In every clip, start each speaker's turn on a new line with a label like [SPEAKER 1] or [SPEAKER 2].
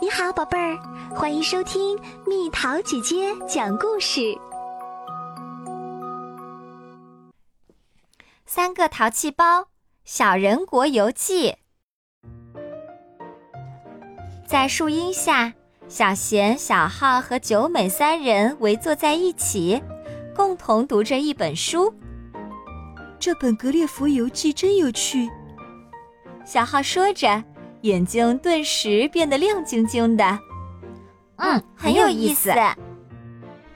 [SPEAKER 1] 你好，宝贝儿，欢迎收听蜜桃姐姐讲故事。
[SPEAKER 2] 三个淘气包《小人国游记》。在树荫下，小贤、小浩和九美三人围坐在一起，共同读着一本书。
[SPEAKER 3] 这本《格列佛游记》真有趣，
[SPEAKER 2] 小浩说着，眼睛顿时变得亮晶晶的。
[SPEAKER 4] 嗯，很有意思。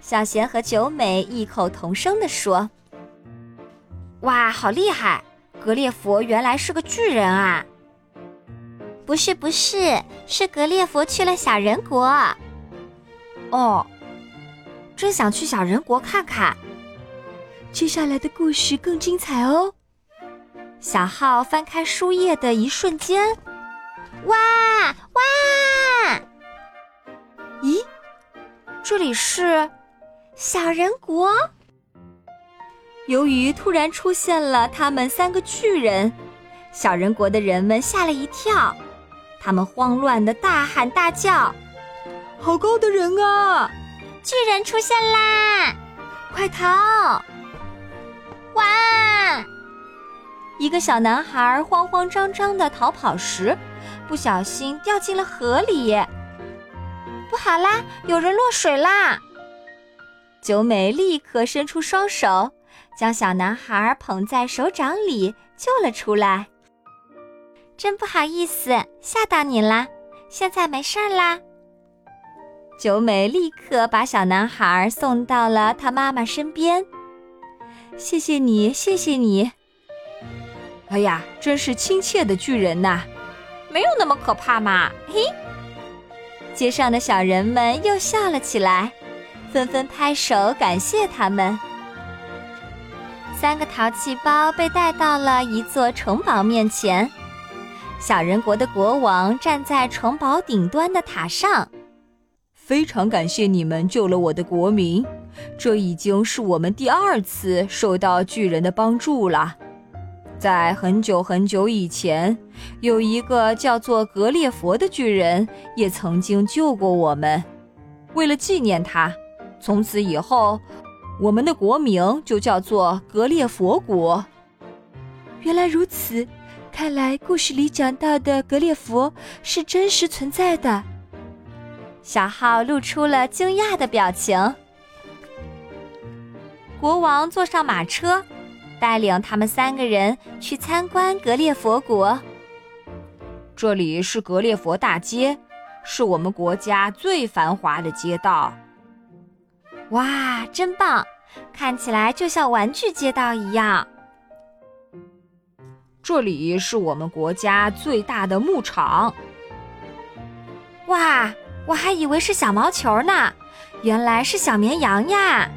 [SPEAKER 2] 小贤和九美异口同声地说。
[SPEAKER 4] 哇，好厉害！格列佛原来是个巨人啊！
[SPEAKER 5] 不是不是，是格列佛去了小人国。
[SPEAKER 4] 哦，真想去小人国看看。
[SPEAKER 3] 接下来的故事更精彩哦！
[SPEAKER 2] 小浩翻开书页的一瞬间，
[SPEAKER 5] 哇哇！
[SPEAKER 3] 咦，
[SPEAKER 4] 这里是
[SPEAKER 5] 小人国。
[SPEAKER 2] 由于突然出现了他们三个巨人，小人国的人们吓了一跳，他们慌乱的大喊大叫：“
[SPEAKER 3] 好高的人啊！
[SPEAKER 5] 巨人出现啦，
[SPEAKER 2] 快逃！”
[SPEAKER 5] 哇！
[SPEAKER 2] 一个小男孩慌慌张张的逃跑时，不小心掉进了河里。
[SPEAKER 4] 不好啦，有人落水啦！
[SPEAKER 2] 九美立刻伸出双手。将小男孩捧在手掌里救了出来。
[SPEAKER 5] 真不好意思，吓到你啦！现在没事啦。
[SPEAKER 2] 九美立刻把小男孩送到了他妈妈身边。谢谢你，谢谢你。
[SPEAKER 4] 哎呀，真是亲切的巨人呐、啊，没有那么可怕嘛！嘿，
[SPEAKER 2] 街上的小人们又笑了起来，纷纷拍手感谢他们。三个淘气包被带到了一座城堡面前，小人国的国王站在城堡顶端的塔上。
[SPEAKER 6] 非常感谢你们救了我的国民，这已经是我们第二次受到巨人的帮助了。在很久很久以前，有一个叫做格列佛的巨人也曾经救过我们。为了纪念他，从此以后。我们的国名就叫做格列佛国。
[SPEAKER 3] 原来如此，看来故事里讲到的格列佛是真实存在的。
[SPEAKER 2] 小浩露出了惊讶的表情。国王坐上马车，带领他们三个人去参观格列佛国。
[SPEAKER 6] 这里是格列佛大街，是我们国家最繁华的街道。
[SPEAKER 2] 哇，真棒！看起来就像玩具街道一样。
[SPEAKER 6] 这里是我们国家最大的牧场。
[SPEAKER 4] 哇，我还以为是小毛球呢，原来是小绵羊呀！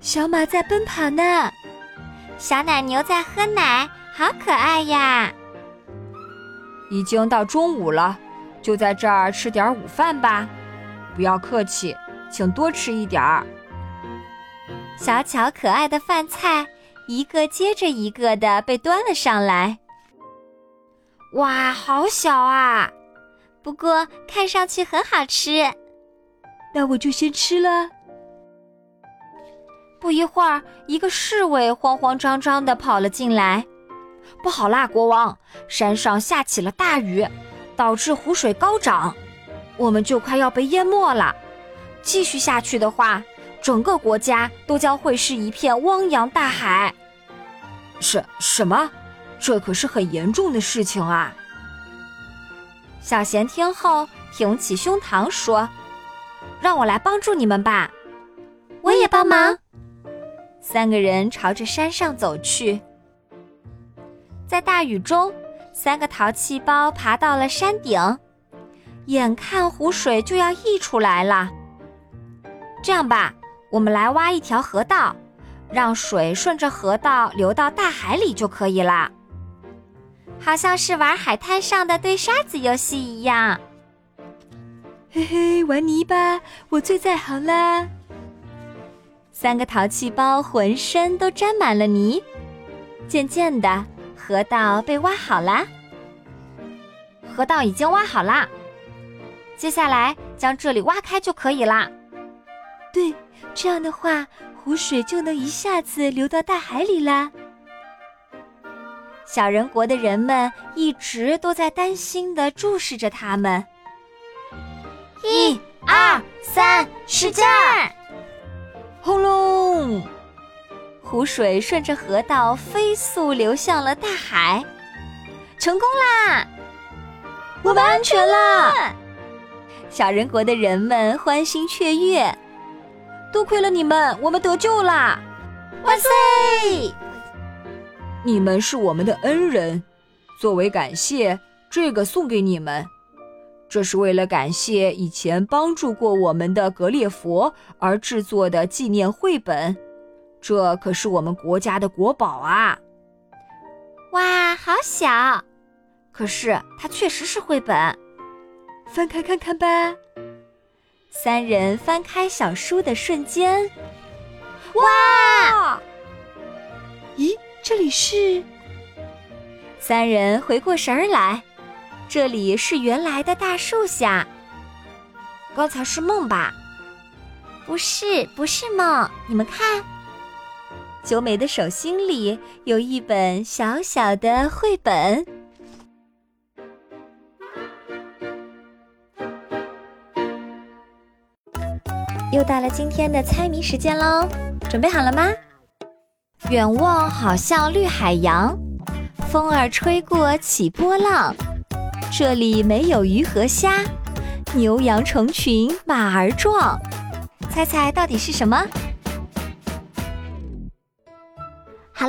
[SPEAKER 3] 小马在奔跑呢，
[SPEAKER 5] 小奶牛在喝奶，好可爱呀！
[SPEAKER 6] 已经到中午了，就在这儿吃点午饭吧，不要客气。请多吃一点儿。
[SPEAKER 2] 小巧可爱的饭菜，一个接着一个的被端了上来。
[SPEAKER 4] 哇，好小啊！
[SPEAKER 5] 不过看上去很好吃。
[SPEAKER 3] 那我就先吃了。
[SPEAKER 2] 不一会儿，一个侍卫慌慌张张的跑了进来。
[SPEAKER 4] 不好啦，国王！山上下起了大雨，导致湖水高涨，我们就快要被淹没了。继续下去的话，整个国家都将会是一片汪洋大海。
[SPEAKER 6] 什什么？这可是很严重的事情啊！
[SPEAKER 2] 小贤听后挺起胸膛说：“
[SPEAKER 4] 让我来帮助你们吧！”
[SPEAKER 5] 我也帮忙。
[SPEAKER 2] 三个人朝着山上走去。在大雨中，三个淘气包爬到了山顶，眼看湖水就要溢出来了。
[SPEAKER 4] 这样吧，我们来挖一条河道，让水顺着河道流到大海里就可以啦。
[SPEAKER 5] 好像是玩海滩上的堆沙子游戏一样。
[SPEAKER 3] 嘿嘿，玩泥巴，我最在行啦！
[SPEAKER 2] 三个淘气包浑身都沾满了泥。渐渐的，河道被挖好啦。
[SPEAKER 4] 河道已经挖好啦，
[SPEAKER 5] 接下来将这里挖开就可以啦。
[SPEAKER 3] 对，这样的话，湖水就能一下子流到大海里啦。
[SPEAKER 2] 小人国的人们一直都在担心地注视着他们。
[SPEAKER 5] 一、二、三，使劲儿！
[SPEAKER 2] 轰隆！湖水顺着河道飞速流向了大海，成功啦！
[SPEAKER 3] 我们安全啦！
[SPEAKER 2] 小人国的人们欢欣雀跃。
[SPEAKER 6] 多亏了你们，我们得救啦！
[SPEAKER 5] 万岁！
[SPEAKER 6] 你们是我们的恩人，作为感谢，这个送给你们。这是为了感谢以前帮助过我们的格列佛而制作的纪念绘本，这可是我们国家的国宝啊！
[SPEAKER 5] 哇，好小，可是它确实是绘本。
[SPEAKER 3] 翻开看看吧。
[SPEAKER 2] 三人翻开小书的瞬间，
[SPEAKER 5] 哇！
[SPEAKER 3] 咦，这里是？
[SPEAKER 2] 三人回过神儿来，这里是原来的大树下。
[SPEAKER 4] 刚才是梦吧？
[SPEAKER 5] 不是，不是梦。你们看，
[SPEAKER 2] 九美的手心里有一本小小的绘本。
[SPEAKER 5] 又到了今天的猜谜时间喽，准备好了吗？
[SPEAKER 2] 远望好像绿海洋，风儿吹过起波浪。这里没有鱼和虾，牛羊成群马儿壮。猜猜到底是什么？
[SPEAKER 1] 好